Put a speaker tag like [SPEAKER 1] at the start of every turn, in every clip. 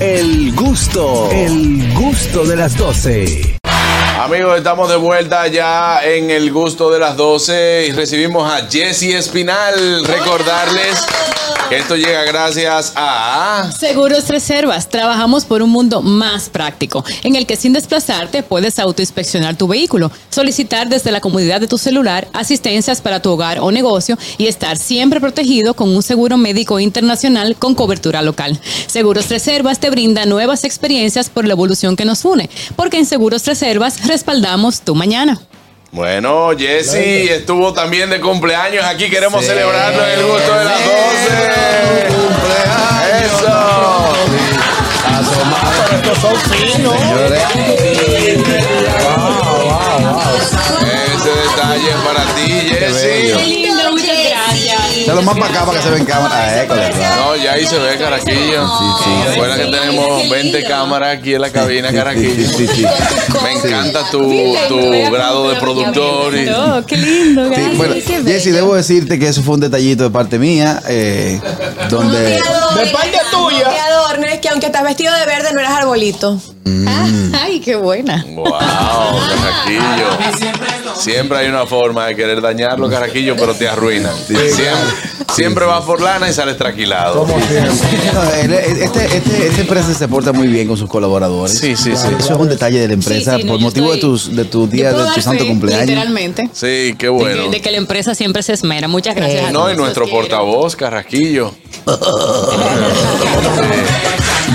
[SPEAKER 1] El gusto, el gusto de las 12.
[SPEAKER 2] Amigos, estamos de vuelta ya en el gusto de las 12 y recibimos a Jesse Espinal. Recordarles que esto llega gracias a...
[SPEAKER 3] Seguros Reservas, trabajamos por un mundo más práctico, en el que sin desplazarte puedes autoinspeccionar tu vehículo, solicitar desde la comodidad de tu celular asistencias para tu hogar o negocio y estar siempre protegido con un seguro médico internacional con cobertura local. Seguros Reservas te brinda nuevas experiencias por la evolución que nos une, porque en Seguros Reservas respaldamos tu mañana.
[SPEAKER 2] Bueno, Jesse estuvo también de cumpleaños aquí. Queremos celebrarlo en el gusto de las 12. Eso. Ese detalle es para ti,
[SPEAKER 4] bello.
[SPEAKER 2] Jesse.
[SPEAKER 3] lindo, muchas gracias.
[SPEAKER 4] Ya lo más para acá para que se ve en cámara. Eh, colega.
[SPEAKER 2] No, ya ahí se ve Caraquillo.
[SPEAKER 4] sí.
[SPEAKER 2] Recuerda que tenemos 20 cámaras aquí en la cabina, Caraquillo.
[SPEAKER 4] Sí, sí, sí.
[SPEAKER 2] Me encanta tu, tu grado de productor. y-
[SPEAKER 3] Oh, qué lindo,
[SPEAKER 4] Sí,
[SPEAKER 3] gracias.
[SPEAKER 4] bueno, Jessy, debo decirte que eso fue un detallito de parte mía, eh, donde...
[SPEAKER 5] De parte tuya. No te adornes, que aunque estás vestido de verde, no eres arbolito.
[SPEAKER 4] Mm.
[SPEAKER 3] Ah, Ay, qué buena.
[SPEAKER 2] Wow,
[SPEAKER 3] Ah.
[SPEAKER 2] Carraquillo. Siempre hay una forma de querer dañarlo, Carraquillo, pero te arruinan. Siempre, siempre vas por lana y sales tranquilado.
[SPEAKER 4] No, el- el- este- este- esta empresa se porta muy bien con sus colaboradores.
[SPEAKER 2] Sí, sí, sí.
[SPEAKER 4] Eso es un detalle de la empresa
[SPEAKER 3] Sí, sí, no,
[SPEAKER 4] por
[SPEAKER 3] yo
[SPEAKER 4] motivo de,
[SPEAKER 3] estoy-
[SPEAKER 4] tus, de tu
[SPEAKER 3] Yo
[SPEAKER 4] día,
[SPEAKER 3] puedo
[SPEAKER 4] de tu
[SPEAKER 3] dar
[SPEAKER 4] santo
[SPEAKER 3] fe,
[SPEAKER 4] cumpleaños.
[SPEAKER 3] Literalmente.
[SPEAKER 2] Sí, qué
[SPEAKER 3] de,
[SPEAKER 2] bueno. Eh,
[SPEAKER 3] de que la empresa siempre se ¿eh? esmera. Muchas gracias. a
[SPEAKER 2] No, y
[SPEAKER 3] todos.
[SPEAKER 2] nuestro
[SPEAKER 3] Los quiero.
[SPEAKER 2] portavoz, Carraquillo.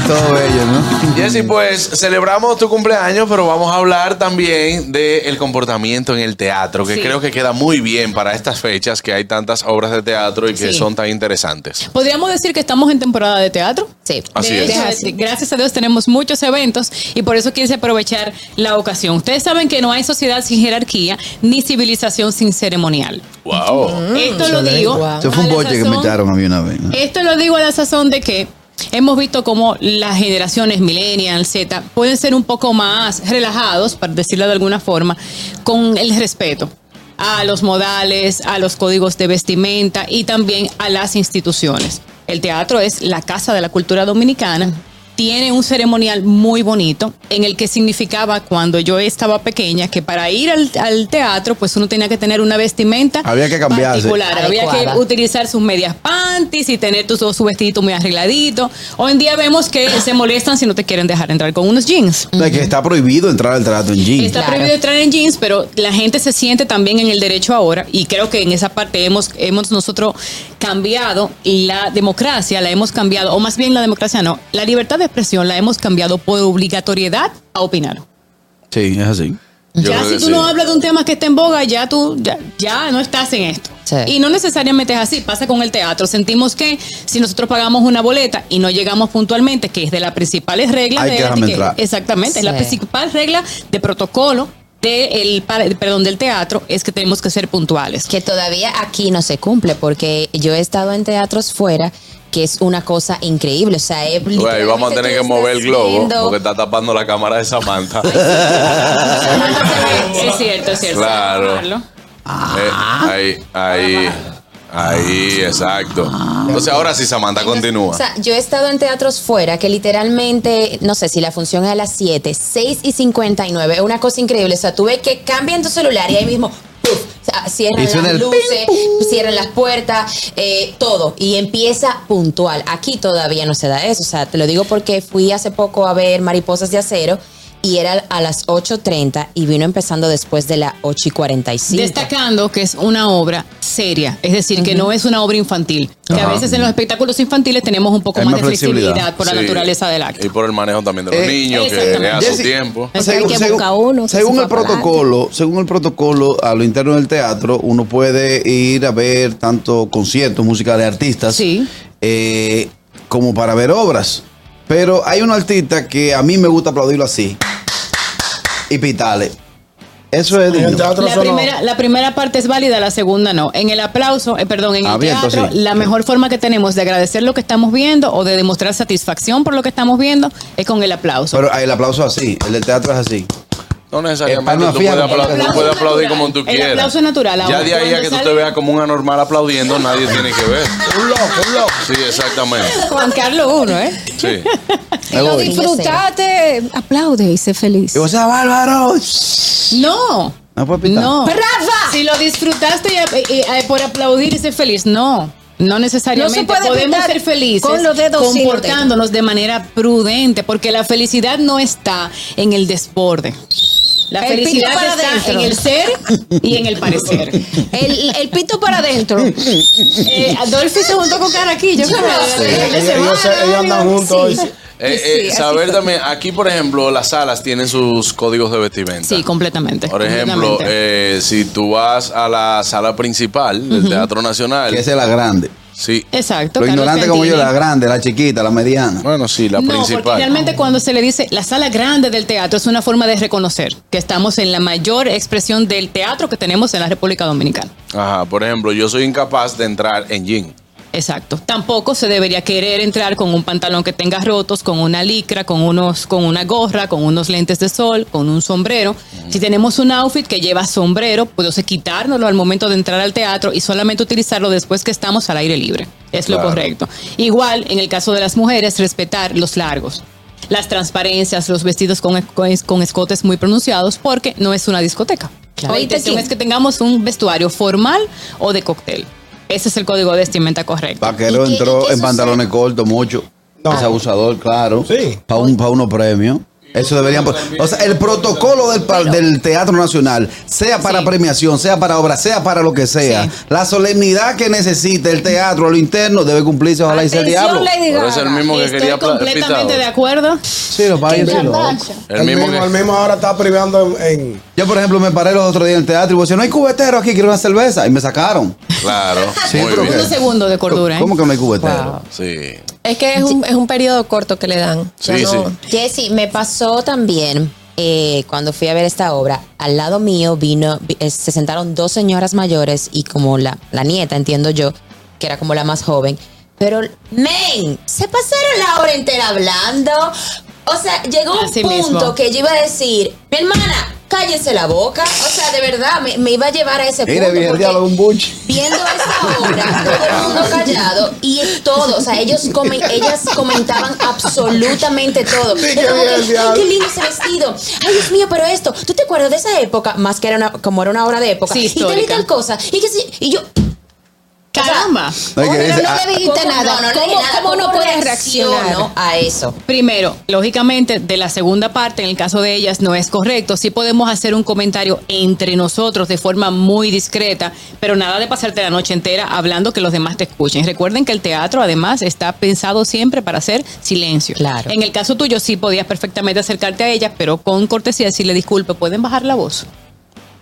[SPEAKER 4] Todo ello, ¿no?
[SPEAKER 3] Mm.
[SPEAKER 2] Jessy, pues celebramos tu cumpleaños, pero vamos a hablar también del comportamiento en el teatro, que
[SPEAKER 3] Sí.
[SPEAKER 2] creo que queda muy bien para estas fechas que hay tantas obras de teatro y que
[SPEAKER 3] Sí.
[SPEAKER 2] son tan interesantes.
[SPEAKER 3] Podríamos decir que estamos en temporada de teatro.
[SPEAKER 5] Sí.
[SPEAKER 2] Así
[SPEAKER 3] De
[SPEAKER 2] es.
[SPEAKER 3] hecho,
[SPEAKER 5] Así.
[SPEAKER 3] gracias a Dios tenemos muchos eventos y por eso quise aprovechar la ocasión. Ustedes saben que no hay sociedad sin jerarquía ni civilización sin ceremonial.
[SPEAKER 2] Wow.
[SPEAKER 5] Mm.
[SPEAKER 3] Esto lo digo.
[SPEAKER 4] Eso fue
[SPEAKER 3] a
[SPEAKER 4] un
[SPEAKER 3] la
[SPEAKER 4] boche que me
[SPEAKER 3] sazón-
[SPEAKER 4] echaron a mí una vez. ¿no?
[SPEAKER 3] Esto lo digo a la sazón de que hemos visto como las generaciones millennial, Z, pueden ser un poco más relajados, para decirlo de alguna forma, con el respeto a los modales, a los códigos de vestimenta y también a las instituciones. El teatro es la casa de la cultura dominicana. Tiene un ceremonial muy bonito en el que significaba cuando yo estaba pequeña que para ir al, al teatro pues uno tenía que tener una vestimenta
[SPEAKER 4] Había que cambiarse.
[SPEAKER 3] particular, había que
[SPEAKER 5] Adecuada.
[SPEAKER 3] utilizar sus medias panties y tener tu, su vestidito muy arregladito. Hoy en día vemos que se molestan si no te quieren dejar entrar con unos jeans.
[SPEAKER 4] O sea, que está prohibido entrar al trato en jeans.
[SPEAKER 3] Está
[SPEAKER 5] Claro.
[SPEAKER 3] prohibido entrar en jeans, pero la gente se siente también en el derecho ahora y creo que en esa parte hemos, hemos nosotros cambiado la democracia, la hemos cambiado, o más bien la democracia no, la libertad de expresión la hemos cambiado por obligatoriedad a opinar. eh,
[SPEAKER 4] Sí, es así.
[SPEAKER 2] Yo
[SPEAKER 3] ya
[SPEAKER 2] creo
[SPEAKER 3] si
[SPEAKER 2] que
[SPEAKER 3] tú
[SPEAKER 2] sí.
[SPEAKER 3] no hablas de un tema que está en boga, ya tú ya, ya no estás en esto.
[SPEAKER 5] Sí.
[SPEAKER 3] Y no necesariamente es así, pasa con el teatro. Sentimos que si nosotros pagamos una boleta y no llegamos puntualmente, que es de las principales reglas
[SPEAKER 4] Hay
[SPEAKER 3] de
[SPEAKER 4] que dejarme
[SPEAKER 3] etiqueta-
[SPEAKER 4] entrar.
[SPEAKER 3] exactamente, es la
[SPEAKER 5] Sí.
[SPEAKER 3] principal regla de protocolo de el, pa- perdón, del teatro es que tenemos que ser puntuales.
[SPEAKER 5] Que todavía aquí no se cumple, porque yo he estado en teatros fuera, que es una cosa increíble. O sea, he
[SPEAKER 2] Güey, vamos a tener que mover el globo porque
[SPEAKER 5] literalmente tú
[SPEAKER 2] está tapando la cámara de Samantha.
[SPEAKER 3] Sí, es cierto, es cierto.
[SPEAKER 2] Claro.
[SPEAKER 3] Carlos.
[SPEAKER 2] Eh, ahí, ahí, ahí, exacto. Entonces ahora sí, Samantha, Ah, continúa.
[SPEAKER 5] O sea, yo he estado en teatros fuera que literalmente, no sé si la función es a las 7, 6 y 59, es una cosa increíble. O sea, tú ves que cambian tu celular y ahí mismo, ¡puf! O sea, cierran
[SPEAKER 4] Y suena
[SPEAKER 5] las
[SPEAKER 4] el
[SPEAKER 5] luces, cierran las puertas, eh, todo. Y empieza puntual. Aquí todavía no se da eso. O sea, te lo digo porque fui hace poco a ver Mariposas de Acero. Y era a las 8.30 y vino empezando después de las 8.45.
[SPEAKER 3] Destacando que es una obra seria, es decir, que no es una obra infantil. Que a veces en los espectáculos infantiles tenemos un poco
[SPEAKER 4] Hay
[SPEAKER 3] más
[SPEAKER 4] más
[SPEAKER 3] de flexibilidad,
[SPEAKER 4] flexibilidad.
[SPEAKER 3] por la
[SPEAKER 2] Sí.
[SPEAKER 3] naturaleza del acto.
[SPEAKER 2] Y por el manejo también de los
[SPEAKER 4] Eh,
[SPEAKER 2] niños, que
[SPEAKER 3] exactamente.
[SPEAKER 2] le da su
[SPEAKER 4] Jessy,
[SPEAKER 2] tiempo.
[SPEAKER 5] O sea, hay que buscar uno, que
[SPEAKER 4] según
[SPEAKER 5] sepa
[SPEAKER 4] el
[SPEAKER 5] pararte.
[SPEAKER 4] protocolo, según el protocolo a lo interno del teatro, uno puede ir a ver tanto conciertos, música de artistas,
[SPEAKER 3] Sí.
[SPEAKER 4] eh, como para ver obras. Pero hay un artista que a mí me gusta aplaudirlo así y pitale. Eso es digno.
[SPEAKER 3] La primera, la primera parte es válida, la segunda no. En el aplauso, eh, perdón, en el
[SPEAKER 4] Ah, bien,
[SPEAKER 3] teatro,
[SPEAKER 4] entonces sí.
[SPEAKER 3] la mejor forma que tenemos de agradecer lo que estamos viendo o de demostrar satisfacción por lo que estamos viendo es con el aplauso.
[SPEAKER 4] Pero el aplauso es así, el del teatro es así.
[SPEAKER 2] No
[SPEAKER 4] El
[SPEAKER 2] necesariamente,
[SPEAKER 4] palma
[SPEAKER 2] tú
[SPEAKER 4] fija,
[SPEAKER 2] puedes
[SPEAKER 4] el
[SPEAKER 2] aplaudir, tú
[SPEAKER 3] aplauso
[SPEAKER 2] puedes aplaudir
[SPEAKER 3] natural.
[SPEAKER 2] como tú
[SPEAKER 3] El
[SPEAKER 2] quieras.
[SPEAKER 3] aplauso natural,
[SPEAKER 2] Ya
[SPEAKER 3] ahora,
[SPEAKER 2] de ahí a
[SPEAKER 3] cuando
[SPEAKER 2] que tú te
[SPEAKER 3] sale-
[SPEAKER 2] veas como un anormal aplaudiendo, nadie tiene que ver.
[SPEAKER 4] Un loco, un loco.
[SPEAKER 2] Sí, exactamente.
[SPEAKER 3] Juan Carlos uno, ¿eh?
[SPEAKER 2] Sí.
[SPEAKER 4] Me
[SPEAKER 6] Lo
[SPEAKER 4] voy.
[SPEAKER 6] disfrutaste, aplaude y sé feliz.
[SPEAKER 4] Y vos seas bárbaro.
[SPEAKER 3] No.
[SPEAKER 4] No puedes pitar.
[SPEAKER 3] No.
[SPEAKER 5] ¡Rafa!
[SPEAKER 3] Si lo disfrutaste y- y- y- por aplaudir y ser feliz, no. No necesariamente
[SPEAKER 6] No se puede
[SPEAKER 3] podemos
[SPEAKER 6] pitar
[SPEAKER 3] ser felices
[SPEAKER 6] con los dedos sin los dedos.
[SPEAKER 3] comportándonos de manera prudente, porque la felicidad no está en el desborde. La
[SPEAKER 6] El pito
[SPEAKER 3] felicidad
[SPEAKER 6] para
[SPEAKER 3] está
[SPEAKER 6] adentro.
[SPEAKER 3] en el ser y en el parecer.
[SPEAKER 6] El, el pito para adentro.
[SPEAKER 3] Eh, Adolfi se juntó con Caraquillo.
[SPEAKER 7] Ellos, ellos se- ellos andan juntos hoy.
[SPEAKER 6] Sí.
[SPEAKER 2] Eh, eh, saber también, aquí por ejemplo, las salas tienen sus códigos de vestimenta.
[SPEAKER 3] Sí, completamente.
[SPEAKER 2] Por ejemplo,
[SPEAKER 3] completamente.
[SPEAKER 2] eh, si tú vas a la sala principal del Teatro Nacional,
[SPEAKER 4] Que esa es la grande.
[SPEAKER 2] sí.
[SPEAKER 3] Exacto.
[SPEAKER 4] Lo
[SPEAKER 3] Carlos
[SPEAKER 4] ignorante como yo,
[SPEAKER 3] Santini.
[SPEAKER 4] la grande, la chiquita, la mediana.
[SPEAKER 2] Bueno, sí, la
[SPEAKER 3] no, porque
[SPEAKER 2] principal.
[SPEAKER 3] realmente cuando se le dice la sala grande del teatro es una forma de reconocer que estamos en la mayor expresión del teatro que tenemos en la República Dominicana.
[SPEAKER 2] Ajá, por ejemplo, yo soy incapaz de entrar en jean.
[SPEAKER 3] Exacto. Tampoco se debería querer entrar con un pantalón que tenga rotos, con una licra, con unos, con una gorra, con unos lentes de sol, con un sombrero. Si tenemos un outfit que lleva sombrero, puedo quitárnoslo al momento de entrar al teatro y solamente utilizarlo después que estamos al aire libre. Es lo
[SPEAKER 2] Claro.
[SPEAKER 3] correcto. Igual, en el caso de las mujeres, respetar los largos. Las transparencias, los vestidos con, con- con escotes muy pronunciados, porque no es una discoteca. La
[SPEAKER 6] Oíste,
[SPEAKER 3] intención
[SPEAKER 6] Kim.
[SPEAKER 3] es que tengamos un vestuario formal o de cóctel. Ese es el código de vestimenta correcto.
[SPEAKER 4] Vaquero
[SPEAKER 6] ¿Y qué- y
[SPEAKER 4] entró
[SPEAKER 6] qué
[SPEAKER 4] en
[SPEAKER 6] sucede?
[SPEAKER 4] pantalones cortos mucho.
[SPEAKER 7] No.
[SPEAKER 4] Es abusador, claro.
[SPEAKER 7] Sí.
[SPEAKER 4] Para un, pa' unos premios. Eso deberían. po- O sea, el protocolo del, pa- del Teatro Nacional, sea para
[SPEAKER 3] Sí.
[SPEAKER 4] premiación, sea para obra, sea para lo que sea,
[SPEAKER 3] Sí.
[SPEAKER 4] la solemnidad que necesite el teatro a lo interno debe cumplirse, ojalá y sea el diablo.
[SPEAKER 6] Atención, Lady
[SPEAKER 2] Por eso el
[SPEAKER 6] Gaga.
[SPEAKER 2] mismo que
[SPEAKER 3] Estoy
[SPEAKER 2] quería pla-
[SPEAKER 3] completamente
[SPEAKER 2] pitado.
[SPEAKER 3] de acuerdo.
[SPEAKER 4] Sí, los bailes, sí, los-
[SPEAKER 2] El mismo que-
[SPEAKER 7] el mismo ahora está privando en, en-
[SPEAKER 4] Yo, por ejemplo, me paré los otros días en el teatro y decía, no hay cubetero aquí, quiero una cerveza. Y me sacaron.
[SPEAKER 2] Claro,
[SPEAKER 4] Sí,
[SPEAKER 2] muy
[SPEAKER 4] pero
[SPEAKER 2] bien.
[SPEAKER 3] Unos segundos de cordura. ¿eh?
[SPEAKER 4] ¿Cómo que no hay cubetero?
[SPEAKER 2] Sí.
[SPEAKER 8] Es que es un, es un periodo corto que le dan. Ya
[SPEAKER 2] Sí,
[SPEAKER 8] no-
[SPEAKER 2] sí.
[SPEAKER 5] Jessy, me pasó también eh, cuando fui a ver esta obra. Al lado mío vino, vi- eh, se sentaron dos señoras mayores y como la, la nieta, entiendo yo, que era como la más joven. Pero, men, se pasaron la hora entera hablando. O sea, llegó un
[SPEAKER 3] Así
[SPEAKER 5] punto
[SPEAKER 3] mismo.
[SPEAKER 5] que yo iba a decir, mi hermana, cállense la boca. O sea, de verdad, me, me iba a llevar a ese punto.
[SPEAKER 4] Mire, bien,
[SPEAKER 5] porque-
[SPEAKER 4] diablo, un buche.
[SPEAKER 5] viendo esa obra, todo el mundo callado y es todo, o sea, ellos comen, ellas comentaban absolutamente todo.
[SPEAKER 7] Sí,
[SPEAKER 5] Era
[SPEAKER 7] qué
[SPEAKER 5] como que,
[SPEAKER 7] bien, diablo.
[SPEAKER 5] "Ay, qué lindo ese vestido. Ay, Dios mío, pero esto, ¿tú te acuerdas de esa época? Más que era una, como era una obra de época.
[SPEAKER 3] Sí,
[SPEAKER 5] y tal y
[SPEAKER 3] histórica.
[SPEAKER 5] tal cosa. Y, que, sí- y yo, "Oh,
[SPEAKER 3] Caramba.
[SPEAKER 4] No, hay que
[SPEAKER 6] Pero
[SPEAKER 4] dice,
[SPEAKER 6] no
[SPEAKER 4] ah,
[SPEAKER 6] le dijiste
[SPEAKER 5] ¿cómo?
[SPEAKER 6] nada.
[SPEAKER 5] No, no, no,
[SPEAKER 6] ¿Cómo,
[SPEAKER 5] nada.
[SPEAKER 6] cómo no
[SPEAKER 5] ¿Cómo
[SPEAKER 6] puedes
[SPEAKER 5] reacciono
[SPEAKER 6] reaccionar?
[SPEAKER 5] a eso?
[SPEAKER 3] Primero, lógicamente, de la segunda parte, en el caso de ellas, no es correcto. Sí podemos hacer un comentario entre nosotros de forma muy discreta, pero nada de pasarte la noche entera hablando que los demás te escuchen. Recuerden que el teatro, además, está pensado siempre para hacer silencio.
[SPEAKER 5] Claro.
[SPEAKER 3] En el caso tuyo, sí podías perfectamente acercarte a ellas, pero con cortesía decirle disculpe, pueden bajar la voz.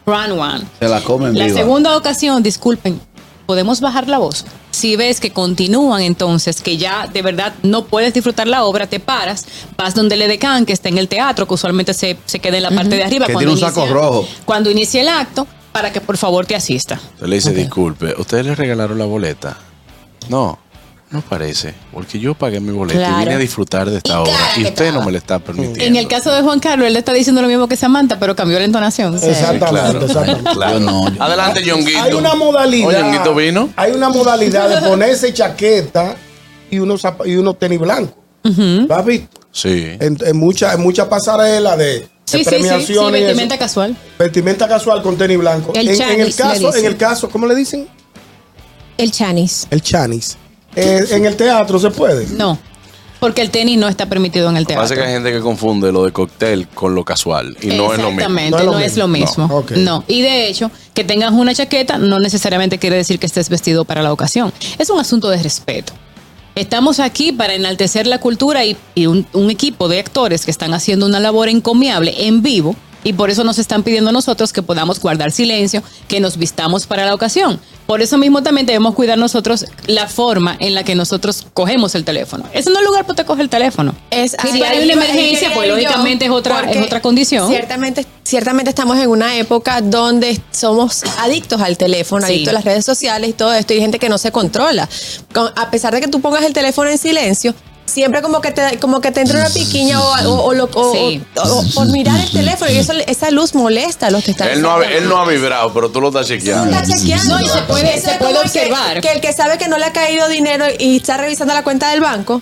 [SPEAKER 3] Run one.
[SPEAKER 4] Se la comen
[SPEAKER 3] La
[SPEAKER 4] viva.
[SPEAKER 3] segunda ocasión, disculpen, podemos bajar la voz. Si ves que continúan entonces, que ya de verdad no puedes disfrutar la obra, te paras, vas donde le decan, que está en el teatro, que usualmente se, se queda en la parte de arriba.
[SPEAKER 4] Que tiene un saco rojo.
[SPEAKER 3] Cuando inicie el acto, para que por favor te asista.
[SPEAKER 2] Usted le dice, disculpe, ¿ustedes le regalaron la boleta? No, no parece, porque yo pagué mi boleta
[SPEAKER 5] Claro.
[SPEAKER 2] y vine a disfrutar de esta
[SPEAKER 5] Y
[SPEAKER 2] obra.
[SPEAKER 5] cara
[SPEAKER 2] Y
[SPEAKER 5] que
[SPEAKER 2] usted no
[SPEAKER 5] estaba.
[SPEAKER 2] me la está permitiendo.
[SPEAKER 3] En el caso de Juan Carlos, él le está diciendo lo mismo que Samantha, pero cambió la entonación.
[SPEAKER 7] Sí, Exactamente,
[SPEAKER 2] claro.
[SPEAKER 7] exactamente.
[SPEAKER 4] Yo no, yo-
[SPEAKER 2] Adelante, Yonguito.
[SPEAKER 7] Hay una
[SPEAKER 2] Oye,
[SPEAKER 7] modalidad.
[SPEAKER 2] Yonguito vino.
[SPEAKER 7] Hay una modalidad de ponerse chaqueta y unos, zap- y unos tenis blancos. ¿Lo has visto?
[SPEAKER 2] Sí.
[SPEAKER 7] En, en muchas en muchas pasarelas de, de
[SPEAKER 3] Sí, sí, sí,
[SPEAKER 7] premiaciones.
[SPEAKER 3] sí,
[SPEAKER 7] y eso.
[SPEAKER 3] vestimenta casual.
[SPEAKER 7] Vestimenta casual con tenis blanco.
[SPEAKER 6] El
[SPEAKER 7] en, en el
[SPEAKER 6] chanis, le
[SPEAKER 7] caso, en
[SPEAKER 6] dicen.
[SPEAKER 7] el caso, ¿cómo le dicen?
[SPEAKER 6] El chanis.
[SPEAKER 7] El chanis. Eh, en el teatro se puede.
[SPEAKER 3] No, porque el tenis no está permitido en el teatro.
[SPEAKER 2] Pasa que hay gente que confunde lo de cóctel con lo casual y no es lo mismo.
[SPEAKER 3] Exactamente, no es lo mismo.
[SPEAKER 7] No, ok.
[SPEAKER 3] No. Y de hecho, que tengas una chaqueta no necesariamente quiere decir que estés vestido para la ocasión. Es un asunto de respeto. Estamos aquí para enaltecer la cultura y, y un, un equipo de actores que están haciendo una labor encomiable en vivo y por eso nos están pidiendo a nosotros que podamos guardar silencio, que nos vistamos para la ocasión. Por eso mismo también debemos cuidar nosotros la forma en la que nosotros cogemos el teléfono. Ese no es el lugar para te coger el teléfono.
[SPEAKER 8] Es
[SPEAKER 3] si hay
[SPEAKER 8] ahí
[SPEAKER 3] una
[SPEAKER 8] iba- ahí
[SPEAKER 3] emergencia,
[SPEAKER 8] quería
[SPEAKER 3] pues
[SPEAKER 8] ir
[SPEAKER 3] lógicamente es
[SPEAKER 8] yo,
[SPEAKER 3] otra, es
[SPEAKER 8] porque
[SPEAKER 3] otra condición.
[SPEAKER 8] Ciertamente, ciertamente estamos en una época donde somos adictos al teléfono,
[SPEAKER 3] Sí.
[SPEAKER 8] adictos a las redes sociales y todo esto, y hay gente que no se controla. Con- a pesar de que tú pongas el teléfono en silencio, siempre como que te, como que te entra una piquiña o, o- o lo- o-
[SPEAKER 3] Sí.
[SPEAKER 8] o- o por mirar el teléfono y eso, esa luz molesta a los que están.
[SPEAKER 2] Él no, ha, él no ha vibrado, pero tú lo estás chequeando.
[SPEAKER 8] Está chequeando.
[SPEAKER 3] No, y se puede-
[SPEAKER 8] Eso es
[SPEAKER 3] se puede
[SPEAKER 8] como el que-
[SPEAKER 3] observar.
[SPEAKER 8] Que, el que sabe que no le ha caído dinero y está revisando la cuenta del banco.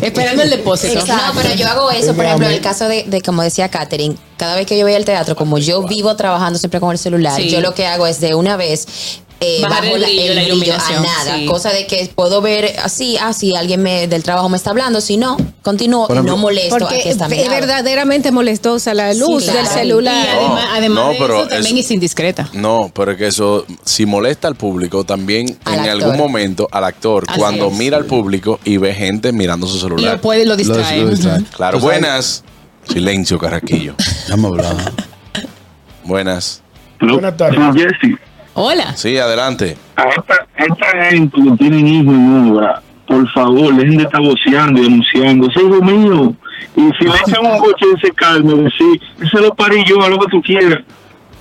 [SPEAKER 3] Esperando el depósito.
[SPEAKER 5] No, pero yo hago eso, por
[SPEAKER 7] Dígame.
[SPEAKER 5] ejemplo, en el caso de, de, como decía Katherine, cada vez que yo voy al teatro, como yo vivo trabajando siempre con el celular,
[SPEAKER 3] Sí.
[SPEAKER 5] yo lo que hago es de una vez. Eh,
[SPEAKER 3] Bajar
[SPEAKER 5] bajo
[SPEAKER 3] el brillo, la iluminación,
[SPEAKER 5] a nada,
[SPEAKER 3] sí.
[SPEAKER 5] cosa de que puedo ver ah, así, así alguien me, del trabajo me está hablando, si no, continúo
[SPEAKER 4] Por
[SPEAKER 5] y
[SPEAKER 4] ejemplo,
[SPEAKER 5] no molesto a que
[SPEAKER 6] Porque
[SPEAKER 5] está
[SPEAKER 6] es
[SPEAKER 5] mirando.
[SPEAKER 6] verdaderamente molestosa la luz
[SPEAKER 5] claro.
[SPEAKER 6] del
[SPEAKER 3] Y
[SPEAKER 6] celular.
[SPEAKER 3] además,
[SPEAKER 2] No,
[SPEAKER 3] además
[SPEAKER 2] no,
[SPEAKER 3] de
[SPEAKER 2] pero
[SPEAKER 3] eso, también
[SPEAKER 2] es-
[SPEAKER 3] es indiscreta.
[SPEAKER 2] No, pero es que eso, si molesta al público, también
[SPEAKER 5] Al
[SPEAKER 2] en
[SPEAKER 5] actor.
[SPEAKER 2] algún momento al actor,
[SPEAKER 3] Así
[SPEAKER 2] cuando
[SPEAKER 3] es.
[SPEAKER 2] mira al público y ve gente mirando su celular.
[SPEAKER 3] Lo puede, lo distrae.
[SPEAKER 4] Lo- lo distrae.
[SPEAKER 2] Claro,
[SPEAKER 4] Tú sabes-
[SPEAKER 2] buenas. Silencio, Carraquillo.
[SPEAKER 4] Déjame hablar.
[SPEAKER 2] Buenas.
[SPEAKER 7] Buenas tardes.
[SPEAKER 9] Señor Jesse,
[SPEAKER 3] Hola.
[SPEAKER 2] Sí, adelante.
[SPEAKER 9] a esta, a esta gente que tienen hijos en obra, por favor, dejen de estar voceando y denunciando. Ese hijo mío. Y si le echan un coche ese calme, decir, se lo parí yo, a lo que tú quieras.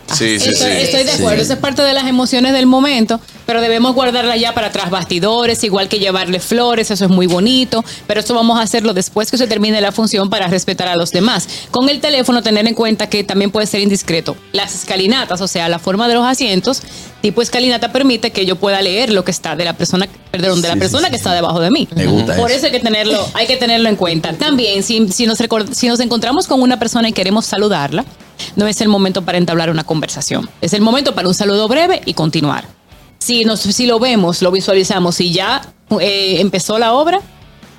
[SPEAKER 2] Sí, sí,
[SPEAKER 3] estoy,
[SPEAKER 2] sí.
[SPEAKER 3] estoy de acuerdo, eso es parte de las emociones del momento, pero debemos guardarla ya para tras bastidores, igual que llevarle flores, eso es muy bonito, pero eso vamos a hacerlo después que se termine la función para respetar a los demás. Con el teléfono tener en cuenta que también puede ser indiscreto. Las escalinatas, o sea, la forma de los asientos, tipo escalinata permite que yo pueda leer lo que está de la persona, perdón, de la
[SPEAKER 4] Sí, sí,
[SPEAKER 3] persona
[SPEAKER 4] sí,
[SPEAKER 3] que
[SPEAKER 4] sí.
[SPEAKER 3] está debajo de mí.
[SPEAKER 4] Me gusta
[SPEAKER 3] Por
[SPEAKER 4] eso.
[SPEAKER 3] eso hay que tenerlo, hay que tenerlo en cuenta. También, si, si nos record- si nos encontramos con una persona y queremos saludarla, no es el momento para entablar una conversación. Es el momento para un saludo breve y continuar. Si, nos, si lo vemos, lo visualizamos y ya eh, empezó la obra,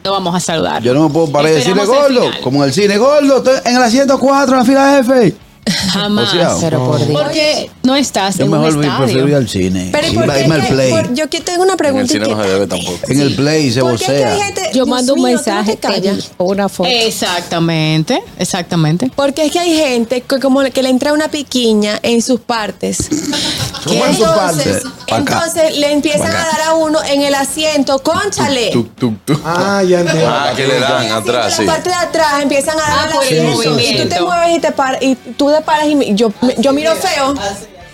[SPEAKER 3] no vamos a saludar.
[SPEAKER 4] Yo no me puedo parar de decirle
[SPEAKER 3] Esperamos el
[SPEAKER 4] gordo,
[SPEAKER 3] final.
[SPEAKER 4] como en el cine, gordo, estoy en el asiento 4, en la fila F.
[SPEAKER 3] Jamás.
[SPEAKER 4] O sea,
[SPEAKER 5] Pero por Dios.
[SPEAKER 3] porque no estás
[SPEAKER 4] Yo
[SPEAKER 3] en un
[SPEAKER 4] mejor me prefiero ir
[SPEAKER 3] estadio.
[SPEAKER 4] al cine.
[SPEAKER 8] Pero ¿y
[SPEAKER 4] Sí,
[SPEAKER 8] por
[SPEAKER 4] irme al
[SPEAKER 8] qué?
[SPEAKER 4] play.
[SPEAKER 8] Por- yo aquí tengo
[SPEAKER 2] En
[SPEAKER 8] una
[SPEAKER 2] el
[SPEAKER 8] pregunta.
[SPEAKER 2] cine no se debe
[SPEAKER 8] inquietante.
[SPEAKER 2] tampoco.
[SPEAKER 4] en el play se
[SPEAKER 8] ¿Por qué es que hay
[SPEAKER 4] vocea.
[SPEAKER 8] gente-
[SPEAKER 6] Yo
[SPEAKER 8] Dios
[SPEAKER 6] mando un
[SPEAKER 8] mío,
[SPEAKER 6] mensaje,
[SPEAKER 8] ¿tú no te
[SPEAKER 6] te
[SPEAKER 8] callas?
[SPEAKER 6] o una foto.
[SPEAKER 3] Eh. Exactamente, exactamente.
[SPEAKER 8] Porque es que hay gente que como que le entra una piquiña en sus partes.
[SPEAKER 4] ¿Cómo en sus partes? Pa' acá.
[SPEAKER 8] entonces le empiezan
[SPEAKER 4] Pa'
[SPEAKER 8] a
[SPEAKER 4] acá.
[SPEAKER 8] dar a uno en el asiento, conchale.
[SPEAKER 2] Tuc, tuc, tuc.
[SPEAKER 7] Ah, ya entiendo.
[SPEAKER 2] Ah, que le dan atrás,
[SPEAKER 8] En
[SPEAKER 2] sí.
[SPEAKER 8] la parte de atrás empiezan a dar
[SPEAKER 3] Ah,
[SPEAKER 8] al
[SPEAKER 3] por el
[SPEAKER 8] asiento. Y
[SPEAKER 3] movimiento.
[SPEAKER 8] tú te mueves y te paras y tú te paras y mi- yo, yo miro feo.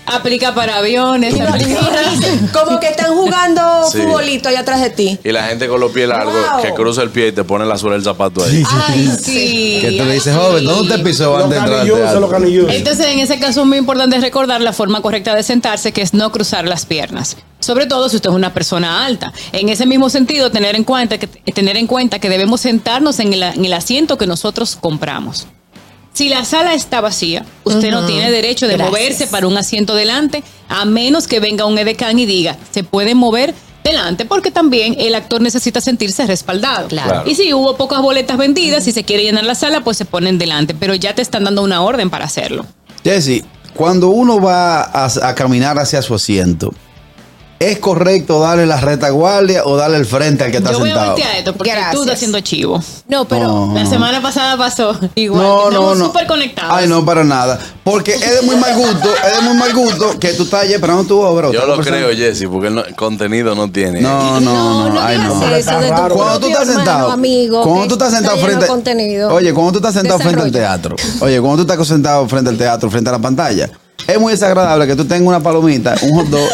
[SPEAKER 3] Aplica para aviones, aplica para-
[SPEAKER 8] Como que están jugando
[SPEAKER 2] Sí.
[SPEAKER 8] futbolito allá atrás de ti.
[SPEAKER 2] Y la gente con los pies largos
[SPEAKER 8] Wow.
[SPEAKER 2] que cruza el pie y te pone la suela del zapato ahí.
[SPEAKER 3] Ay, sí.
[SPEAKER 4] Que te
[SPEAKER 3] ay,
[SPEAKER 4] dice,
[SPEAKER 3] sí.
[SPEAKER 4] joven, ¿dónde te pisó
[SPEAKER 7] Los
[SPEAKER 4] antes de entrar al
[SPEAKER 7] canillosos, los
[SPEAKER 4] teatro?
[SPEAKER 7] canillosos.
[SPEAKER 3] Entonces, en ese caso es muy importante recordar la forma correcta de sentarse, que es no cruzar las piernas. Sobre todo si usted es una persona alta. En ese mismo sentido, tener en cuenta que, tener en cuenta que debemos sentarnos en el, en el asiento que nosotros compramos. Si la sala está vacía, usted no tiene derecho de
[SPEAKER 5] Gracias.
[SPEAKER 3] moverse para un asiento delante, a menos que venga un edecán y diga, se puede mover delante, porque también el actor necesita sentirse respaldado.
[SPEAKER 5] Claro.
[SPEAKER 3] Y si hubo pocas boletas vendidas, si se quiere llenar la sala, pues se ponen delante, pero ya te están dando una orden para hacerlo.
[SPEAKER 4] Jesse, cuando uno va a, a caminar hacia su asiento, ¿es correcto darle la retaguardia o darle el frente al que está
[SPEAKER 3] Yo voy a
[SPEAKER 4] sentado?
[SPEAKER 3] voltear esto porque tú
[SPEAKER 6] Gracias.
[SPEAKER 3] estás haciendo chivo.
[SPEAKER 6] No, pero
[SPEAKER 4] No.
[SPEAKER 3] La semana pasada pasó igual.
[SPEAKER 4] No,
[SPEAKER 3] que
[SPEAKER 4] no,
[SPEAKER 3] estamos
[SPEAKER 4] no.
[SPEAKER 3] súper conectados.
[SPEAKER 4] Ay, no, para nada. Porque es de muy mal gusto, es de muy mal gusto que tú estás allí esperando tu obra.
[SPEAKER 2] Yo
[SPEAKER 4] otra
[SPEAKER 2] lo
[SPEAKER 4] persona.
[SPEAKER 2] creo, Jesse, porque él no- contenido no tiene.
[SPEAKER 4] No, no, no, ay, no.
[SPEAKER 7] eso de tu
[SPEAKER 4] Cuando tú estás sentado, cuando tú estás sentado frente, oye, cuando tú estás sentado frente al teatro, oye, cuando tú estás sentado frente al teatro, frente a la pantalla, es muy desagradable que tú tengas una palomita, un hot dog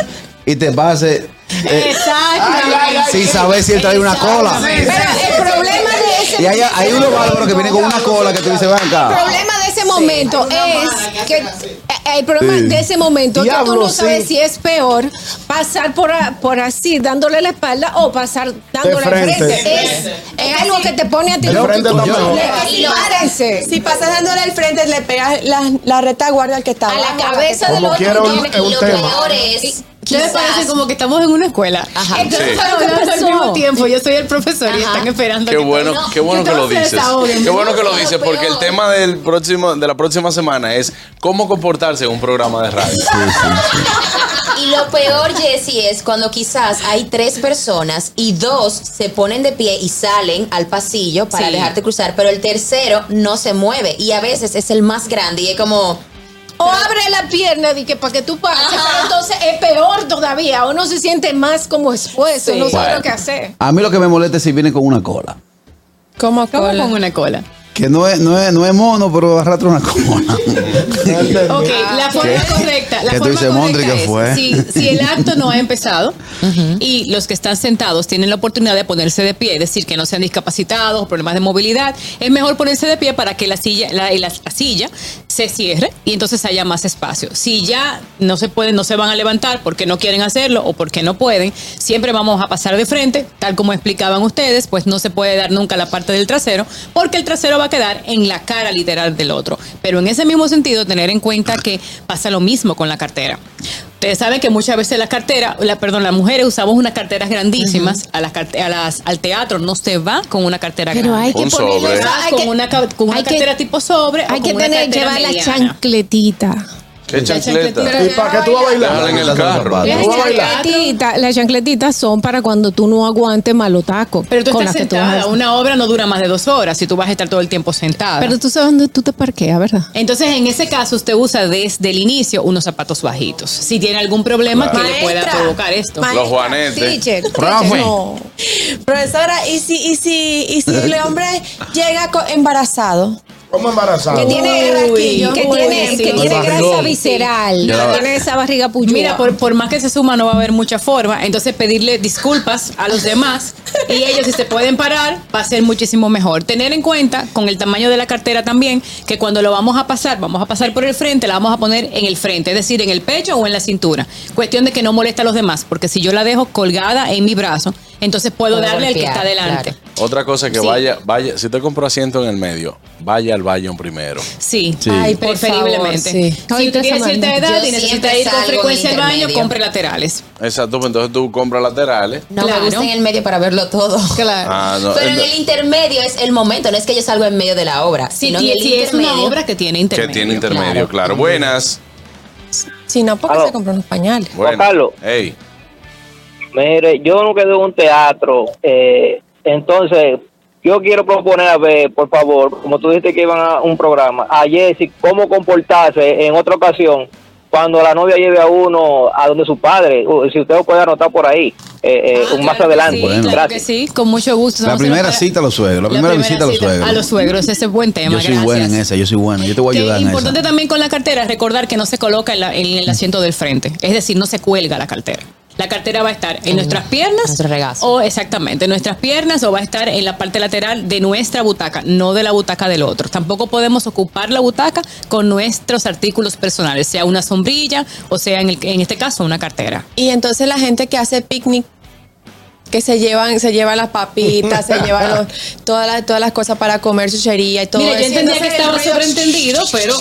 [SPEAKER 4] y te pase eh,
[SPEAKER 3] Exacto.
[SPEAKER 4] sin saber si él trae una cola.
[SPEAKER 6] Pero el problema de ese
[SPEAKER 4] Y hay, hay unos bárbaros que vienen con una cola que tú dices, ven
[SPEAKER 6] el
[SPEAKER 4] acá.
[SPEAKER 6] problema de ese momento es que eh, el problema
[SPEAKER 4] Sí.
[SPEAKER 6] de ese momento es que tú
[SPEAKER 7] Diablo,
[SPEAKER 6] no sabes
[SPEAKER 7] sí.
[SPEAKER 6] si es peor pasar por, a- por así dándole la espalda o pasar dándole al
[SPEAKER 7] frente.
[SPEAKER 6] frente. Es, es algo que te pone a ti.
[SPEAKER 7] El frente está
[SPEAKER 6] Yo-
[SPEAKER 7] mejor.
[SPEAKER 6] Prepárense.
[SPEAKER 8] Si pasas dándole al frente, le pegas la, la retaguardia al que está
[SPEAKER 5] a la
[SPEAKER 8] abajo.
[SPEAKER 5] cabeza del
[SPEAKER 7] Como
[SPEAKER 5] otro.
[SPEAKER 7] quiera,
[SPEAKER 5] y
[SPEAKER 7] un-
[SPEAKER 5] lo-
[SPEAKER 7] un
[SPEAKER 5] lo
[SPEAKER 7] tema.
[SPEAKER 5] peor es,
[SPEAKER 3] Ustedes
[SPEAKER 5] quizás,
[SPEAKER 3] parecen como que estamos en una escuela.
[SPEAKER 5] Ajá.
[SPEAKER 3] Entonces,
[SPEAKER 2] Sí.
[SPEAKER 3] están hablando al mismo tiempo. Yo soy el profesor y
[SPEAKER 5] Ajá.
[SPEAKER 3] están esperando.
[SPEAKER 2] Qué
[SPEAKER 3] que-
[SPEAKER 2] bueno,
[SPEAKER 5] no,
[SPEAKER 2] qué bueno
[SPEAKER 3] que
[SPEAKER 2] que lo
[SPEAKER 3] todos se
[SPEAKER 2] dices.
[SPEAKER 3] desahoguen.
[SPEAKER 2] Qué bueno que lo
[SPEAKER 5] No,
[SPEAKER 2] dices,
[SPEAKER 5] pero-
[SPEAKER 2] porque el tema del próximo, de la próxima semana es cómo comportarse en un programa de radio.
[SPEAKER 5] Y lo peor, Jessy, es cuando quizás hay tres personas y dos se ponen de pie y salen al pasillo para
[SPEAKER 3] Sí.
[SPEAKER 5] dejarte cruzar, pero el tercero no se mueve y a veces es el más grande y es como...
[SPEAKER 6] O abre la pierna di que para que tú pases,
[SPEAKER 5] Ajá.
[SPEAKER 6] pero entonces es peor todavía. Uno se siente más como expuesto,
[SPEAKER 3] Sí.
[SPEAKER 6] no sabe
[SPEAKER 2] Bueno.
[SPEAKER 6] lo que hacer.
[SPEAKER 4] A mí lo que me molesta es si vienen con una cola.
[SPEAKER 8] Como
[SPEAKER 3] ¿Cómo
[SPEAKER 8] cola.
[SPEAKER 3] con una cola?
[SPEAKER 4] Que no es, no es, no es mono, pero arrastra una cola.
[SPEAKER 3] Ok, la forma
[SPEAKER 4] Ah. ¿Qué?
[SPEAKER 3] correcta. La
[SPEAKER 4] ¿Qué tú
[SPEAKER 3] forma
[SPEAKER 4] dices, Mondri,
[SPEAKER 3] correcta
[SPEAKER 4] que
[SPEAKER 3] es,
[SPEAKER 4] fue?
[SPEAKER 3] Si, si el acto no ha empezado y los que están sentados tienen la oportunidad de ponerse de pie, es decir, que no sean discapacitados o problemas de movilidad, es mejor ponerse de pie para que la silla, la, la- la silla se cierre y entonces haya más espacio. Si ya no se pueden, no se van a levantar porque no quieren hacerlo o porque no pueden, siempre vamos a pasar de frente, tal como explicaban ustedes, pues no se puede dar nunca la parte del trasero porque el trasero va a quedar en la cara literal del otro. Pero en ese mismo sentido, tener en cuenta que pasa lo mismo con la cartera. Ustedes saben que muchas veces la cartera, la, perdón, las mujeres usamos unas carteras grandísimas a las, carte- a las- al teatro, no se va con una cartera
[SPEAKER 8] Pero
[SPEAKER 3] grande.
[SPEAKER 8] hay que
[SPEAKER 2] Un
[SPEAKER 8] ponerle
[SPEAKER 2] sobre.
[SPEAKER 8] esa-
[SPEAKER 3] Vas
[SPEAKER 8] Ah, hay
[SPEAKER 3] con
[SPEAKER 8] que-
[SPEAKER 3] una, ca- con una
[SPEAKER 8] hay que-
[SPEAKER 3] cartera tipo sobre o
[SPEAKER 8] Hay que
[SPEAKER 3] con una
[SPEAKER 8] tener,
[SPEAKER 3] cartera
[SPEAKER 8] llevar la
[SPEAKER 3] mediana.
[SPEAKER 8] chancletita.
[SPEAKER 2] Qué
[SPEAKER 3] chancleta.
[SPEAKER 2] chancleta.
[SPEAKER 7] ¿Y para qué tú vas a
[SPEAKER 2] Ahora
[SPEAKER 7] bailar?
[SPEAKER 2] en el carro.
[SPEAKER 3] Pero
[SPEAKER 6] Las
[SPEAKER 7] Tú vas a bailar.
[SPEAKER 6] chancletitas, las chancletitas son para cuando tú no aguantes malo taco.
[SPEAKER 3] Pero tú
[SPEAKER 6] con
[SPEAKER 3] estás
[SPEAKER 6] las que tú vas a-
[SPEAKER 3] sentada, una obra no dura más de dos horas si tú vas a estar todo el tiempo sentada.
[SPEAKER 6] Pero tú sabes dónde tú te parqueas, ¿verdad?
[SPEAKER 3] Entonces, en ese caso, usted usa desde el inicio unos zapatos bajitos. Si tiene algún problema que le pueda
[SPEAKER 5] Maestra.
[SPEAKER 3] provocar esto.
[SPEAKER 8] Maestra,
[SPEAKER 2] Los juanetes.
[SPEAKER 8] teacher, teacher,
[SPEAKER 4] Profe.
[SPEAKER 8] no. Profesora, ¿y si, y si, y si el hombre llega co- embarazado?
[SPEAKER 7] ¿Cómo embarazado?
[SPEAKER 8] Que tiene
[SPEAKER 3] Uy,
[SPEAKER 8] rasquillo.
[SPEAKER 6] que
[SPEAKER 3] uy,
[SPEAKER 6] tiene,
[SPEAKER 3] sí.
[SPEAKER 6] que tiene
[SPEAKER 7] El
[SPEAKER 6] grasa
[SPEAKER 7] barrigón.
[SPEAKER 6] visceral,
[SPEAKER 4] Ya la-
[SPEAKER 6] que tiene esa barriga puchuda.
[SPEAKER 3] Mira, por, por más que se suma, no va a haber mucha forma. Entonces, pedirle disculpas a los demás y ellos, si se pueden parar, va a ser muchísimo mejor. Tener en cuenta, con el tamaño de la cartera también, que cuando lo vamos a pasar, vamos a pasar por el frente, la vamos a poner en el frente, es decir, en el pecho o en la cintura. Cuestión de que no molesta a los demás, porque si yo la dejo colgada en mi brazo, entonces puedo
[SPEAKER 5] Puedo
[SPEAKER 3] darle al que
[SPEAKER 5] golpear,
[SPEAKER 3] está delante.
[SPEAKER 5] claro.
[SPEAKER 2] Otra cosa que
[SPEAKER 3] Sí.
[SPEAKER 2] vaya, vaya, si usted compró asiento en el medio, vaya al Bayon primero.
[SPEAKER 3] Sí,
[SPEAKER 4] Sí. Ay,
[SPEAKER 5] por
[SPEAKER 3] preferiblemente.
[SPEAKER 5] favor, sí.
[SPEAKER 3] Si usted
[SPEAKER 6] Ahorita
[SPEAKER 3] tiene
[SPEAKER 6] esa
[SPEAKER 3] cierta
[SPEAKER 6] vaina.
[SPEAKER 3] edad
[SPEAKER 5] Yo
[SPEAKER 3] y necesita
[SPEAKER 5] siempre
[SPEAKER 3] ir con
[SPEAKER 5] salgo en
[SPEAKER 3] frecuencia al baño,
[SPEAKER 5] intermedio.
[SPEAKER 3] compre laterales.
[SPEAKER 2] Exacto, pues entonces tú compras laterales.
[SPEAKER 5] No
[SPEAKER 3] Claro.
[SPEAKER 5] me gusta en el medio para verlo todo.
[SPEAKER 6] Claro.
[SPEAKER 2] Ah, no,
[SPEAKER 5] Pero en
[SPEAKER 2] entonces-
[SPEAKER 5] el intermedio es el momento, no es que yo salgo en medio de la obra,
[SPEAKER 3] Si,
[SPEAKER 5] sino en
[SPEAKER 3] tie-
[SPEAKER 5] el
[SPEAKER 3] si es
[SPEAKER 5] intermedio.
[SPEAKER 3] una obra que tiene
[SPEAKER 2] que
[SPEAKER 3] intermedio.
[SPEAKER 2] tiene intermedio, claro. Buenas.
[SPEAKER 8] Si no, porque
[SPEAKER 10] Aló.
[SPEAKER 8] se compró unos pañales.
[SPEAKER 2] Buenas.
[SPEAKER 10] Carlos.
[SPEAKER 2] Ey.
[SPEAKER 10] Mire, yo no quedé en un teatro, eh, entonces yo quiero proponer a ver, por favor, como tú dijiste que iban a un programa, a Jessy, cómo comportarse en otra ocasión cuando la novia lleve a uno a donde su padre, o si usted lo puede anotar por ahí, eh, eh,
[SPEAKER 3] Ah,
[SPEAKER 10] un más
[SPEAKER 3] claro que
[SPEAKER 10] adelante.
[SPEAKER 3] Sí,
[SPEAKER 4] Bueno.
[SPEAKER 3] claro que
[SPEAKER 10] Gracias.
[SPEAKER 3] sí, con mucho gusto.
[SPEAKER 4] La
[SPEAKER 3] Estamos en
[SPEAKER 4] primera
[SPEAKER 3] otra-
[SPEAKER 4] cita a los suegros. La primera visita a los suegros.
[SPEAKER 3] A los suegros, ese es buen tema.
[SPEAKER 4] Yo soy
[SPEAKER 3] gracias.
[SPEAKER 4] buena en esa, yo soy buena. Yo te voy a
[SPEAKER 3] Que
[SPEAKER 4] ayudar en
[SPEAKER 3] importante
[SPEAKER 4] esa.
[SPEAKER 3] también con la cartera es recordar que no se coloca en, la- en el asiento del frente, es decir, no se cuelga la cartera. La cartera va a estar en nuestras piernas
[SPEAKER 5] nuestro regazo.
[SPEAKER 3] o exactamente en nuestras piernas o va a estar en la parte lateral de nuestra butaca, no de la butaca del otro. Tampoco podemos ocupar la butaca con nuestros artículos personales, sea una sombrilla o sea en, el- en este caso una cartera.
[SPEAKER 8] Y entonces la gente que hace picnic, que se llevan, se llevan las papitas, se llevan los- todas, las, todas las cosas para comer chuchería y todo
[SPEAKER 3] Mira, yo
[SPEAKER 8] eso.
[SPEAKER 3] entendía que
[SPEAKER 8] Entonces,
[SPEAKER 3] estaba
[SPEAKER 8] el ruido-
[SPEAKER 3] sobreentendido, pero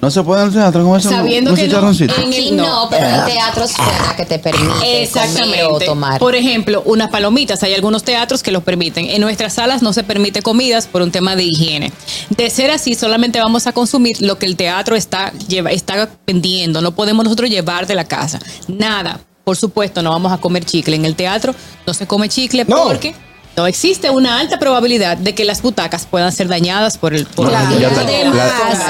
[SPEAKER 4] No se puede al teatro con eso.
[SPEAKER 3] Sabiendo
[SPEAKER 4] un
[SPEAKER 3] que no,
[SPEAKER 4] chicharroncito.
[SPEAKER 3] en
[SPEAKER 5] Sí,
[SPEAKER 3] No.
[SPEAKER 5] no, pero el teatro suena
[SPEAKER 2] Ah.
[SPEAKER 5] que te permite
[SPEAKER 3] Exactamente.
[SPEAKER 5] comer o tomar.
[SPEAKER 3] Por ejemplo, unas palomitas. Hay algunos teatros que los permiten. En nuestras salas no se permite comidas por un tema de higiene. De ser así, solamente vamos a consumir lo que el teatro está, lleva, está vendiendo. No podemos nosotros llevar de la casa. Nada. Por supuesto, no vamos a comer chicle. En el teatro no se come chicle
[SPEAKER 7] No.
[SPEAKER 3] porque no existe una alta probabilidad de que las butacas puedan ser dañadas por el... Por
[SPEAKER 4] Claro.
[SPEAKER 3] el-
[SPEAKER 4] Ya te-
[SPEAKER 6] Además,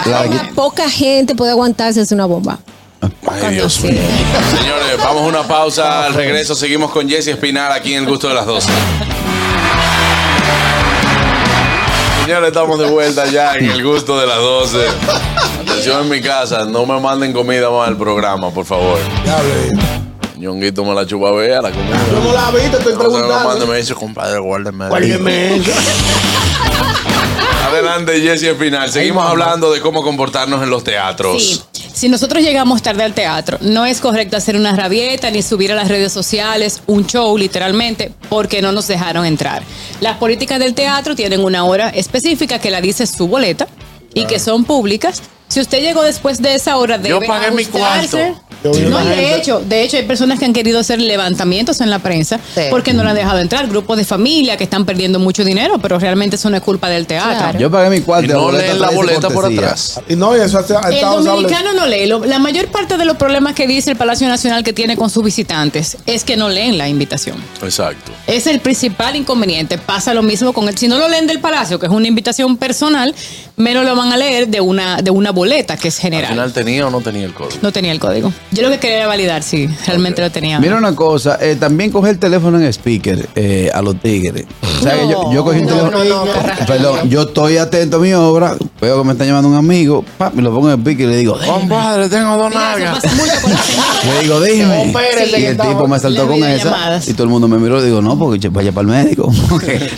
[SPEAKER 4] la- la-
[SPEAKER 6] además, poca gente puede aguantarse es una bomba.
[SPEAKER 2] Ay, Dios mío. Señores, vamos a una pausa. Al regreso seguimos con Jesse Espinal aquí en El Gusto de las 12. Señores, estamos de vuelta ya en El Gusto de las 12. Atención en mi casa, no me manden comida más al programa, por favor.
[SPEAKER 7] Ya hablé.
[SPEAKER 2] Ñonguito me la chupa vea la comida.
[SPEAKER 7] Yo no la vi, te estoy
[SPEAKER 2] No se la mande,
[SPEAKER 7] preguntando.
[SPEAKER 2] me dice, compadre, guárdeme.
[SPEAKER 7] Guárdeme eso.
[SPEAKER 2] Adelante, Jesse Espinal. Seguimos hablando de cómo comportarnos en los teatros.
[SPEAKER 3] Sí. Si nosotros llegamos tarde al teatro, no es correcto hacer una rabieta ni subir a las redes sociales un show literalmente porque no nos dejaron entrar. Las políticas del teatro tienen una hora específica que la dice su boleta y que son públicas. Si usted llegó después de esa hora, debe
[SPEAKER 2] pagué mi
[SPEAKER 3] ajustarse.
[SPEAKER 2] cuarto.
[SPEAKER 7] Yo vi
[SPEAKER 3] No,
[SPEAKER 7] una
[SPEAKER 3] y de
[SPEAKER 7] gente-
[SPEAKER 3] hecho, de hecho hay personas que han querido hacer levantamientos en la prensa
[SPEAKER 5] Sí.
[SPEAKER 3] porque no la han dejado entrar, grupos de familia que están perdiendo mucho dinero, pero realmente eso no es culpa del teatro.
[SPEAKER 5] Claro.
[SPEAKER 4] Yo pagué mi
[SPEAKER 2] Y
[SPEAKER 4] cuarto.
[SPEAKER 2] no leen la
[SPEAKER 4] trae
[SPEAKER 2] boleta por
[SPEAKER 4] cortesía.
[SPEAKER 2] atrás.
[SPEAKER 7] Y no, y eso ha ha
[SPEAKER 3] El
[SPEAKER 7] estado
[SPEAKER 3] dominicano no lee. Lo- La mayor parte de los problemas que dice el Palacio Nacional que tiene con sus visitantes es que no leen la invitación.
[SPEAKER 2] Exacto.
[SPEAKER 3] Es el principal inconveniente. Pasa lo mismo con el. Si no lo leen del Palacio, que es una invitación personal, menos lo van a leer de una, de una boleta que es
[SPEAKER 2] Al
[SPEAKER 3] general.
[SPEAKER 2] final tenía o no tenía el código.
[SPEAKER 3] No tenía el código. Yo lo que quería era validar si realmente lo tenía.
[SPEAKER 4] Mira una cosa, eh, también coger el teléfono en speaker eh, a los tigres. O sea, que yo, yo cogí el
[SPEAKER 3] No,
[SPEAKER 4] teléfono.
[SPEAKER 3] no, no, Carrasco.
[SPEAKER 4] Perdón, yo estoy atento a mi obra, veo que me está llamando un amigo, pa, me lo pongo en speaker y le digo,
[SPEAKER 2] Compadre, tengo dos nalgas.
[SPEAKER 4] le digo, dime.
[SPEAKER 2] Espérate
[SPEAKER 4] Y
[SPEAKER 2] que
[SPEAKER 4] el
[SPEAKER 2] estaba-
[SPEAKER 4] tipo me saltó
[SPEAKER 3] Las
[SPEAKER 4] con esa.
[SPEAKER 3] videollamadas.
[SPEAKER 4] Y todo el mundo me miró y digo, no, porque che, vaya para el médico. Porque-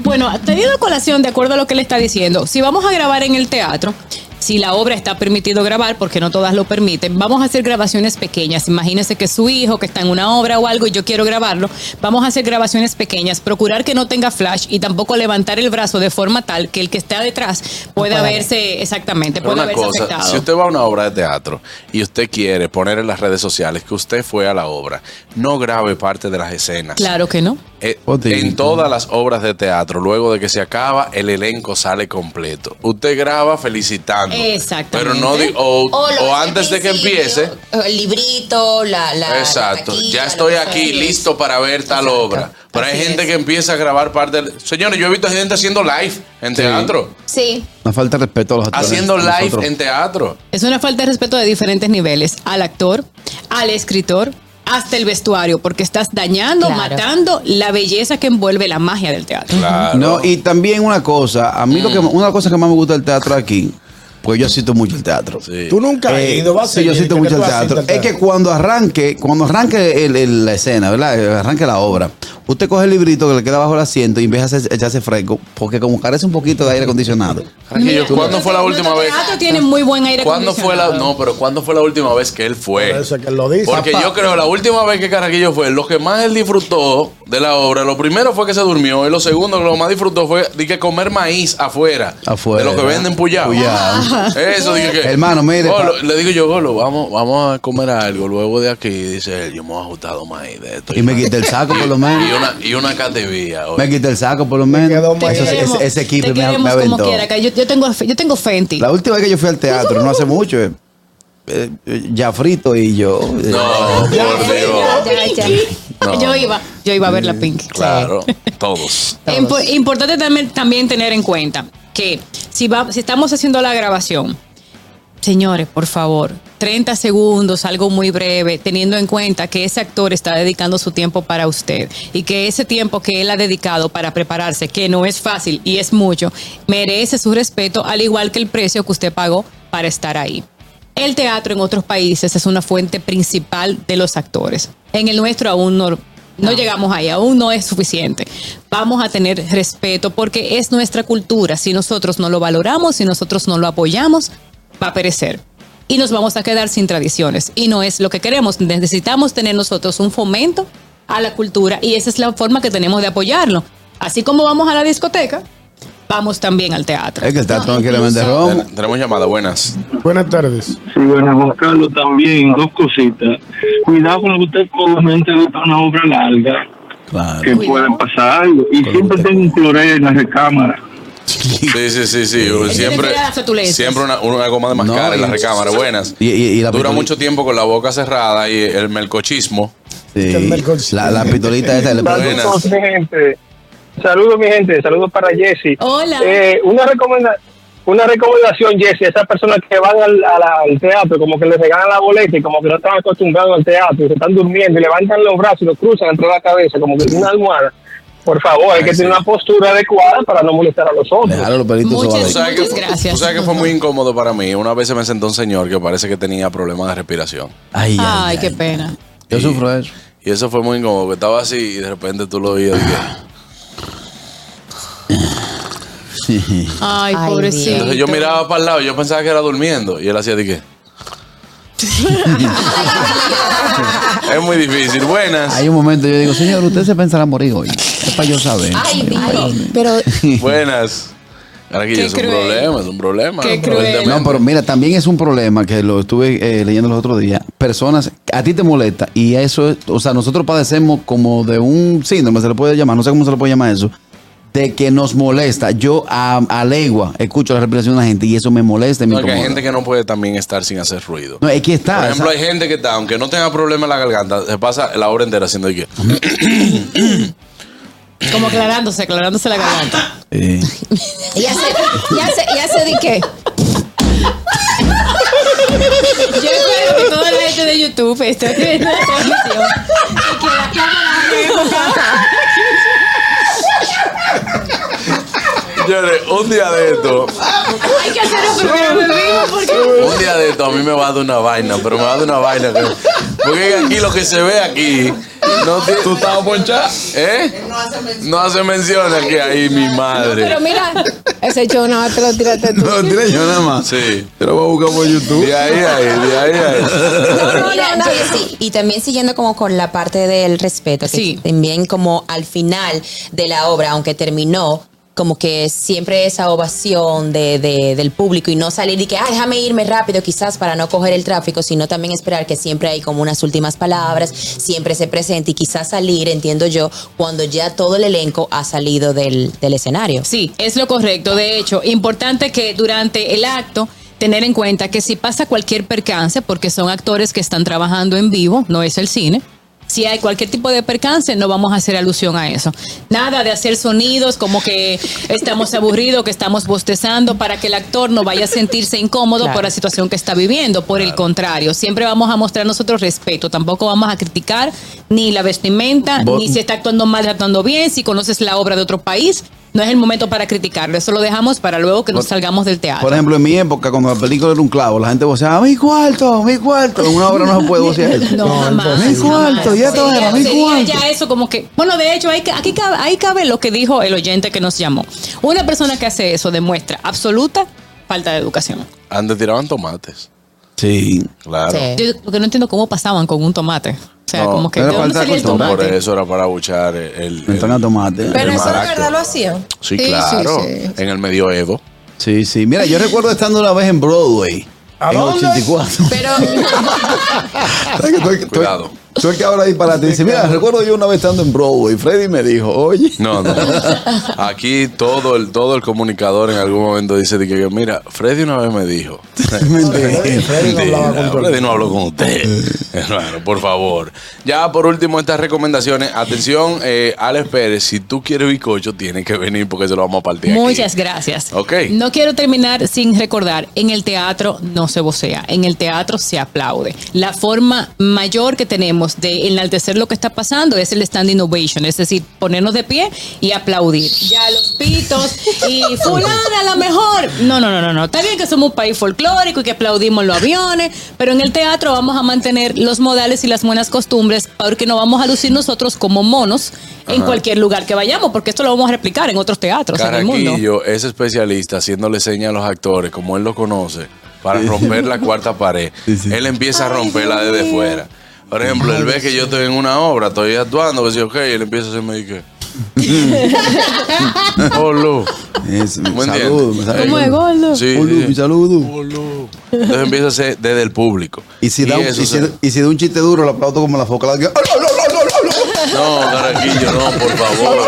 [SPEAKER 3] Bueno, teniendo colación, de acuerdo a lo que él está diciendo, si vamos a grabar en el teatro, si la obra está permitido grabar, porque no todas lo permiten, vamos a hacer grabaciones pequeñas. Imagínese que su hijo que está en una obra o algo y yo quiero grabarlo, vamos a hacer grabaciones pequeñas, procurar que no tenga flash y tampoco levantar el brazo de forma tal que el que está detrás pueda
[SPEAKER 2] pueda ver.
[SPEAKER 3] verse exactamente,
[SPEAKER 2] Pero
[SPEAKER 3] pueda
[SPEAKER 2] una
[SPEAKER 3] verse
[SPEAKER 2] cosa,
[SPEAKER 3] afectado.
[SPEAKER 2] si usted va a una obra de teatro y usted quiere poner en las redes sociales que usted fue a la obra, no grabe parte de las escenas.
[SPEAKER 3] Claro que no.
[SPEAKER 2] Eh, en todas las obras de teatro, luego de que se acaba, el elenco sale completo. Usted graba felicitando.
[SPEAKER 5] Exactamente.
[SPEAKER 2] Pero no di- o,
[SPEAKER 5] O lo
[SPEAKER 2] o
[SPEAKER 5] hace
[SPEAKER 2] antes de que
[SPEAKER 5] principio,
[SPEAKER 2] empiece.
[SPEAKER 5] El librito, la. la
[SPEAKER 2] Exacto,
[SPEAKER 5] la taquilla,
[SPEAKER 2] ya estoy
[SPEAKER 5] lo que
[SPEAKER 2] aquí
[SPEAKER 5] sea.
[SPEAKER 2] listo para ver tal obra. Pero hay
[SPEAKER 5] Así
[SPEAKER 2] gente que empieza a grabar parte. del- Señores, yo he visto gente haciendo live en teatro.
[SPEAKER 5] Sí.
[SPEAKER 4] Una falta de respeto a los actores.
[SPEAKER 2] Haciendo
[SPEAKER 4] a
[SPEAKER 2] live
[SPEAKER 4] nosotros.
[SPEAKER 2] en teatro.
[SPEAKER 3] Es una falta de respeto de diferentes niveles, al actor, al escritor, hasta el vestuario, porque estás dañando, matando la belleza que envuelve la magia del teatro.
[SPEAKER 4] No, y también una cosa, a mí lo que
[SPEAKER 7] Mm.
[SPEAKER 4] una de las cosas que más me gusta del teatro aquí, pues yo asisto mucho al teatro. Eh,
[SPEAKER 7] Tú nunca has ido, vas a
[SPEAKER 4] Sí, yo
[SPEAKER 7] ir,
[SPEAKER 4] asisto
[SPEAKER 7] que
[SPEAKER 4] mucho
[SPEAKER 7] tú
[SPEAKER 4] al
[SPEAKER 7] asistas
[SPEAKER 4] teatro.
[SPEAKER 7] al
[SPEAKER 4] Es que cuando arranque, cuando arranque el- el- la escena, ¿verdad? Arranque la obra, usted coge el librito que le queda bajo el asiento y empieza a echarse fresco, porque como carece un poquito de aire acondicionado.
[SPEAKER 2] Aquello, ¿Cuándo fue la última vez?
[SPEAKER 3] teatro tiene muy buen aire
[SPEAKER 2] ¿Cuándo fue la,
[SPEAKER 3] acondicionado.
[SPEAKER 2] no, pero ¿cuándo fue la última vez que él fue?
[SPEAKER 7] Por eso es que él lo dice.
[SPEAKER 2] Porque
[SPEAKER 7] Papá.
[SPEAKER 2] yo creo la última vez que Carraquillo fue, lo que más él disfrutó de la obra, lo primero fue que se durmió y lo segundo que lo más disfrutó fue de que comer maíz afuera.
[SPEAKER 4] Afuera.
[SPEAKER 2] De lo que venden puyao.
[SPEAKER 4] Puyao.
[SPEAKER 2] Eso dije que.
[SPEAKER 4] Hermano, mire,
[SPEAKER 2] Golo,
[SPEAKER 4] pa-
[SPEAKER 2] le digo yo, Golo, vamos, vamos a comer algo luego de aquí. Dice él, yo me voy a ajustar dos maíz de esto.
[SPEAKER 4] Y me quité el saco por lo menos.
[SPEAKER 2] Y una, y una catevía. oye.
[SPEAKER 4] Me quité el saco por lo menos. Eso- ese-
[SPEAKER 3] Queremos-
[SPEAKER 4] ese, ese equipo
[SPEAKER 3] te
[SPEAKER 4] me, me
[SPEAKER 3] queremos como
[SPEAKER 4] aventó.
[SPEAKER 3] quiera, que yo, yo tengo, fe- yo tengo fe en ti.
[SPEAKER 4] La última vez que yo fui al teatro, no hace mucho, eh, eh, eh, ya frito y yo. eh,
[SPEAKER 2] No, por Dios. No.
[SPEAKER 3] Yo iba, yo iba a ver la Pink.
[SPEAKER 2] Claro, todos.
[SPEAKER 3] Impo- importante también, también tener en cuenta que si, va- si estamos haciendo la grabación, señores, por favor, 30 segundos, algo muy breve, teniendo en cuenta que ese actor está dedicando su tiempo para usted y que ese tiempo que él ha dedicado para prepararse, que no es fácil y es mucho, merece su respeto al igual que el precio que usted pagó para estar ahí. El teatro en otros países es una fuente principal de los actores. En el nuestro aún no, no llegamos ahí, aún no es suficiente. Vamos a tener respeto porque es nuestra cultura. Si nosotros no lo valoramos, si nosotros no lo apoyamos, va a perecer. Y nos vamos a quedar sin tradiciones. Y no es lo que queremos. Necesitamos tener nosotros un fomento a la cultura y esa es la forma que tenemos de apoyarlo. Así como vamos a la discoteca, vamos también al teatro.
[SPEAKER 4] Es que el teatro no quiere vender romo.
[SPEAKER 2] Ten- Tenemos llamada, buenas.
[SPEAKER 7] Buenas tardes.
[SPEAKER 9] Sí, bueno, Juan Carlos, también dos cositas. Cuidado con lo que usted come antes de una obra larga, que pueden pasar algo. Y siempre tengo un cloré en la recámara.
[SPEAKER 2] Sí, sí, sí, sí. Siempre,
[SPEAKER 3] cuidar las flatulencias.
[SPEAKER 2] siempre una, una goma de mascara
[SPEAKER 4] No,
[SPEAKER 2] en la
[SPEAKER 4] y-
[SPEAKER 2] recámara. Buenas.
[SPEAKER 4] Y, y- y la
[SPEAKER 2] Dura
[SPEAKER 4] pitoli-
[SPEAKER 2] mucho tiempo con la boca cerrada y el melcochismo.
[SPEAKER 4] sí,
[SPEAKER 7] El mercos-
[SPEAKER 4] la, la pitolita esa le
[SPEAKER 2] pues, Buenas.
[SPEAKER 9] Saludos, mi gente. Saludos, mi gente. Saludos para Jesse.
[SPEAKER 3] Hola.
[SPEAKER 9] Eh, una, recomenda una recomendación, Jesse, a esas personas que van al, a la- al teatro, como que les regalan la boleta y como que no están acostumbrados al teatro, y se están durmiendo y levantan los brazos y los cruzan entre la cabeza, como que es una almohada. Por favor, hay
[SPEAKER 2] Ay,
[SPEAKER 9] que
[SPEAKER 2] sí.
[SPEAKER 9] tener una postura adecuada para no molestar a los otros.
[SPEAKER 4] Dejaron los pelitos
[SPEAKER 3] Muchas-
[SPEAKER 4] sobados.
[SPEAKER 2] Tú sabes que-
[SPEAKER 3] Muchas gracias.
[SPEAKER 2] Tú sabes que fue muy incómodo para mí. Una vez se me sentó un señor que parece que tenía problemas de respiración.
[SPEAKER 4] Ay, ay,
[SPEAKER 3] Ay,
[SPEAKER 4] ay.
[SPEAKER 3] qué pena.
[SPEAKER 4] Yo sufro eso.
[SPEAKER 2] Y eso fue muy incómodo, que estaba así y de repente tú lo oías. y que-
[SPEAKER 3] Ay,
[SPEAKER 5] Ay,
[SPEAKER 3] pobrecito.
[SPEAKER 5] Dios.
[SPEAKER 2] Entonces yo miraba para el lado, yo pensaba que era durmiendo. Y él hacía de qué. es muy difícil. Buenas.
[SPEAKER 4] Hay un momento yo digo, señor, usted se pensará morir hoy. Es para yo saber.
[SPEAKER 5] Ay, mi-
[SPEAKER 8] Pero
[SPEAKER 2] Buenas. Ahora que
[SPEAKER 3] Qué
[SPEAKER 2] es un
[SPEAKER 3] cruel.
[SPEAKER 2] problema, es un problema.
[SPEAKER 3] Qué
[SPEAKER 2] Un problema.
[SPEAKER 3] cruel.
[SPEAKER 4] No, pero mira, también es un problema que lo estuve eh, leyendo los otros días. Personas, a ti te molesta y eso es, o sea, nosotros padecemos como de un síndrome, se le puede llamar, no sé cómo se le puede llamar eso, de que nos molesta. Yo a, a legua escucho la respiración de la gente y eso me molesta. y me
[SPEAKER 2] No, que hay
[SPEAKER 4] incomoda.
[SPEAKER 2] gente que no puede también estar sin hacer ruido.
[SPEAKER 4] No, es que está.
[SPEAKER 2] Por ejemplo,
[SPEAKER 4] o
[SPEAKER 2] hay
[SPEAKER 4] sea,
[SPEAKER 2] gente que está, aunque no tenga problema en la garganta, se pasa la hora entera haciendo de que.
[SPEAKER 3] Como aclarándose, aclarándose la garganta.
[SPEAKER 4] eh,
[SPEAKER 5] Ya sé, ya sé, ya sé de qué.
[SPEAKER 8] Yo espero que toda la gente de YouTube esté viendo la transmisión. Y que la cámara
[SPEAKER 2] Señores, un día de esto,
[SPEAKER 6] Hay que hacer un programa en vivo porque.
[SPEAKER 2] un día de esto a mí me va a dar una vaina, pero me va a dar una vaina. que- Porque aquí lo que se ve aquí. No ¿Tú estabas ponchada? ¿Eh? No hace mención. No hace mención aquí, ahí mi madre.
[SPEAKER 6] Pero mira, ese show nada más te lo tiraste tú.
[SPEAKER 4] No, tiene yo nada más.
[SPEAKER 2] Sí.
[SPEAKER 4] Yo lo voy a buscar por YouTube.
[SPEAKER 2] De ahí, ahí, de ahí, ahí.
[SPEAKER 5] Mira, Jessy, y también siguiendo como con la parte del respeto, que
[SPEAKER 3] Sí.
[SPEAKER 5] también como al final de la obra, aunque terminó, como que siempre esa ovación de, de- del público y no salir y que, ay, déjame irme rápido quizás para no coger el tráfico, sino también esperar que siempre hay como unas últimas palabras, siempre se presente y quizás salir, entiendo yo, cuando ya todo el elenco ha salido del, del escenario.
[SPEAKER 3] Sí, es lo correcto. De hecho, importante que durante el acto tener en cuenta que si pasa cualquier percance, porque son actores que están trabajando en vivo, no es el cine. Si hay cualquier tipo de percance, no vamos a hacer alusión a eso. Nada de hacer sonidos como que estamos aburridos, que estamos bostezando, para que el actor no vaya a sentirse incómodo
[SPEAKER 5] Claro.
[SPEAKER 3] por la situación que está viviendo. Por el contrario, siempre vamos a mostrar nosotros respeto. Tampoco vamos a criticar ni la vestimenta,
[SPEAKER 4] Bo-
[SPEAKER 3] ni si está actuando mal, está actuando bien, si conoces la obra de otro país, no es el momento para criticarlo. Eso lo dejamos para luego que nos
[SPEAKER 4] Por-
[SPEAKER 3] salgamos del teatro.
[SPEAKER 4] Por ejemplo, en mi época, cuando la película era un clavo, la gente voceaba, mi cuarto, mi cuarto. En una obra no se puede vocear eso.
[SPEAKER 3] No, jamás.
[SPEAKER 4] Mi cuarto, ya todo
[SPEAKER 3] Sería-
[SPEAKER 4] era mi
[SPEAKER 3] sería
[SPEAKER 4] cuarto.
[SPEAKER 3] ya eso como que, bueno, de hecho, ahí, ca- aquí cabe, ahí cabe lo que dijo el oyente que nos llamó. Una persona que hace eso demuestra absoluta falta de educación.
[SPEAKER 2] Antes tiraban tomates.
[SPEAKER 4] Sí.
[SPEAKER 2] Claro.
[SPEAKER 5] Sí.
[SPEAKER 3] Yo porque no entiendo cómo pasaban con un tomate. O sea,
[SPEAKER 2] No,
[SPEAKER 3] como que
[SPEAKER 4] pero
[SPEAKER 3] ¿de dónde
[SPEAKER 4] falta de
[SPEAKER 3] salía el
[SPEAKER 4] costumbre.
[SPEAKER 2] Por
[SPEAKER 3] tomate?
[SPEAKER 2] eso era para buchar el. el-
[SPEAKER 4] Entonces, a tomate.
[SPEAKER 8] Pero eso de
[SPEAKER 2] Exacto.
[SPEAKER 8] verdad lo hacían.
[SPEAKER 2] Sí,
[SPEAKER 3] Sí, sí,
[SPEAKER 2] claro.
[SPEAKER 3] sí.
[SPEAKER 2] En el medioevo.
[SPEAKER 4] Sí, sí. Mira, yo recuerdo estando una vez en Broadway.
[SPEAKER 7] ¿A
[SPEAKER 4] en
[SPEAKER 7] dónde?
[SPEAKER 4] 84.
[SPEAKER 8] Pero
[SPEAKER 4] ¿Sabes que tú- tú-
[SPEAKER 2] Cuidado.
[SPEAKER 4] Tú el que habla disparate dice, mira, recuerdo yo una vez estando en Broadway. Freddy me dijo, oye.
[SPEAKER 2] No, no. Aquí todo el, todo el comunicador en algún momento dice de que, que, mira, Freddy una vez me dijo.
[SPEAKER 7] Freddy, Freddy no hablaba
[SPEAKER 2] Mentira,
[SPEAKER 7] con todo el
[SPEAKER 2] Freddy no habló con usted. Hermano, por favor. Ya por último, estas recomendaciones. Atención, eh, Alex Pérez, si tú quieres bizcocho, tienes que venir porque se lo vamos a partir. aquí.
[SPEAKER 3] Muchas gracias.
[SPEAKER 2] Ok.
[SPEAKER 3] No quiero terminar sin recordar, en el teatro no se vocea, en el teatro se aplaude. La forma mayor que tenemos de enaltecer lo que está pasando es el stand innovation, es decir, ponernos de pie y aplaudir. Ya los pitos y fulana la mejor. No, no, no, no, no. Está bien que somos un país folclórico y que aplaudimos los aviones, pero en el teatro vamos a mantener los modales y las buenas costumbres porque no vamos a lucir nosotros como monos en
[SPEAKER 2] Ajá.
[SPEAKER 3] cualquier lugar que vayamos, porque esto lo vamos a replicar en otros teatros en el mundo.
[SPEAKER 2] Carraquillo es especialista haciéndole señas a los actores, como él lo conoce, para romper la cuarta pared.
[SPEAKER 4] Sí, sí.
[SPEAKER 2] Él empieza a romperla desde fuera. Por ejemplo, él ve que yo estoy en una obra, estoy actuando, que sí, ok, él empieza a hacerme y que. oh, Lu.
[SPEAKER 4] Es, me
[SPEAKER 2] Buen día.
[SPEAKER 4] saludo, me saludo.
[SPEAKER 2] ¿Cómo es,
[SPEAKER 3] gordo?
[SPEAKER 2] Sí,
[SPEAKER 4] Hola,
[SPEAKER 2] sí.
[SPEAKER 4] mi saludo.
[SPEAKER 2] Oh, Lu. Entonces empieza a hacer desde el público.
[SPEAKER 4] Y si, da un, y,
[SPEAKER 2] eso
[SPEAKER 4] si,
[SPEAKER 2] se-
[SPEAKER 4] y si da un chiste duro, lo aplaudo como la foca. La- ¡Ah, no, no, no, no, no, no!
[SPEAKER 2] No, Carraquillo, no, por favor.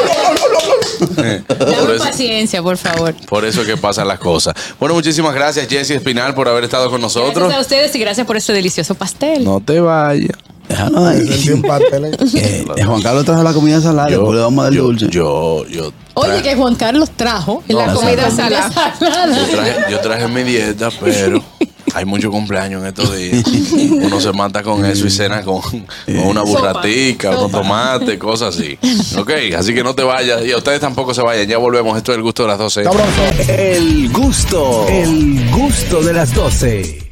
[SPEAKER 2] Eh, por
[SPEAKER 3] Dame
[SPEAKER 2] eso-
[SPEAKER 3] paciencia, por favor.
[SPEAKER 2] Por eso es que pasan las cosas. Bueno, muchísimas gracias, Jesse Espinal, por haber estado con nosotros.
[SPEAKER 3] Gracias a ustedes y gracias por este delicioso pastel.
[SPEAKER 2] No te vayas.
[SPEAKER 4] Déjalo ahí.
[SPEAKER 7] Sentí un pastel ahí.
[SPEAKER 4] Eh, eh, Juan Carlos trajo la comida salada, después le pues, vamos a dar
[SPEAKER 2] yo,
[SPEAKER 4] dulce.
[SPEAKER 2] Yo, yo
[SPEAKER 3] Oye,
[SPEAKER 2] traje,
[SPEAKER 3] que Juan Carlos trajo
[SPEAKER 2] No,
[SPEAKER 3] la
[SPEAKER 2] la
[SPEAKER 3] comida
[SPEAKER 8] salada.
[SPEAKER 3] salada.
[SPEAKER 2] yo, traje, yo traje mi dieta, pero hay mucho cumpleaños en estos días. Uno se mata con eso y cena con, con una burratica, unos tomates, cosas así. Ok, así que no te vayas. Y a ustedes tampoco se vayan. Ya volvemos. Esto es el gusto de las 12.
[SPEAKER 7] Cabroso.
[SPEAKER 1] El gusto, el gusto de las 12.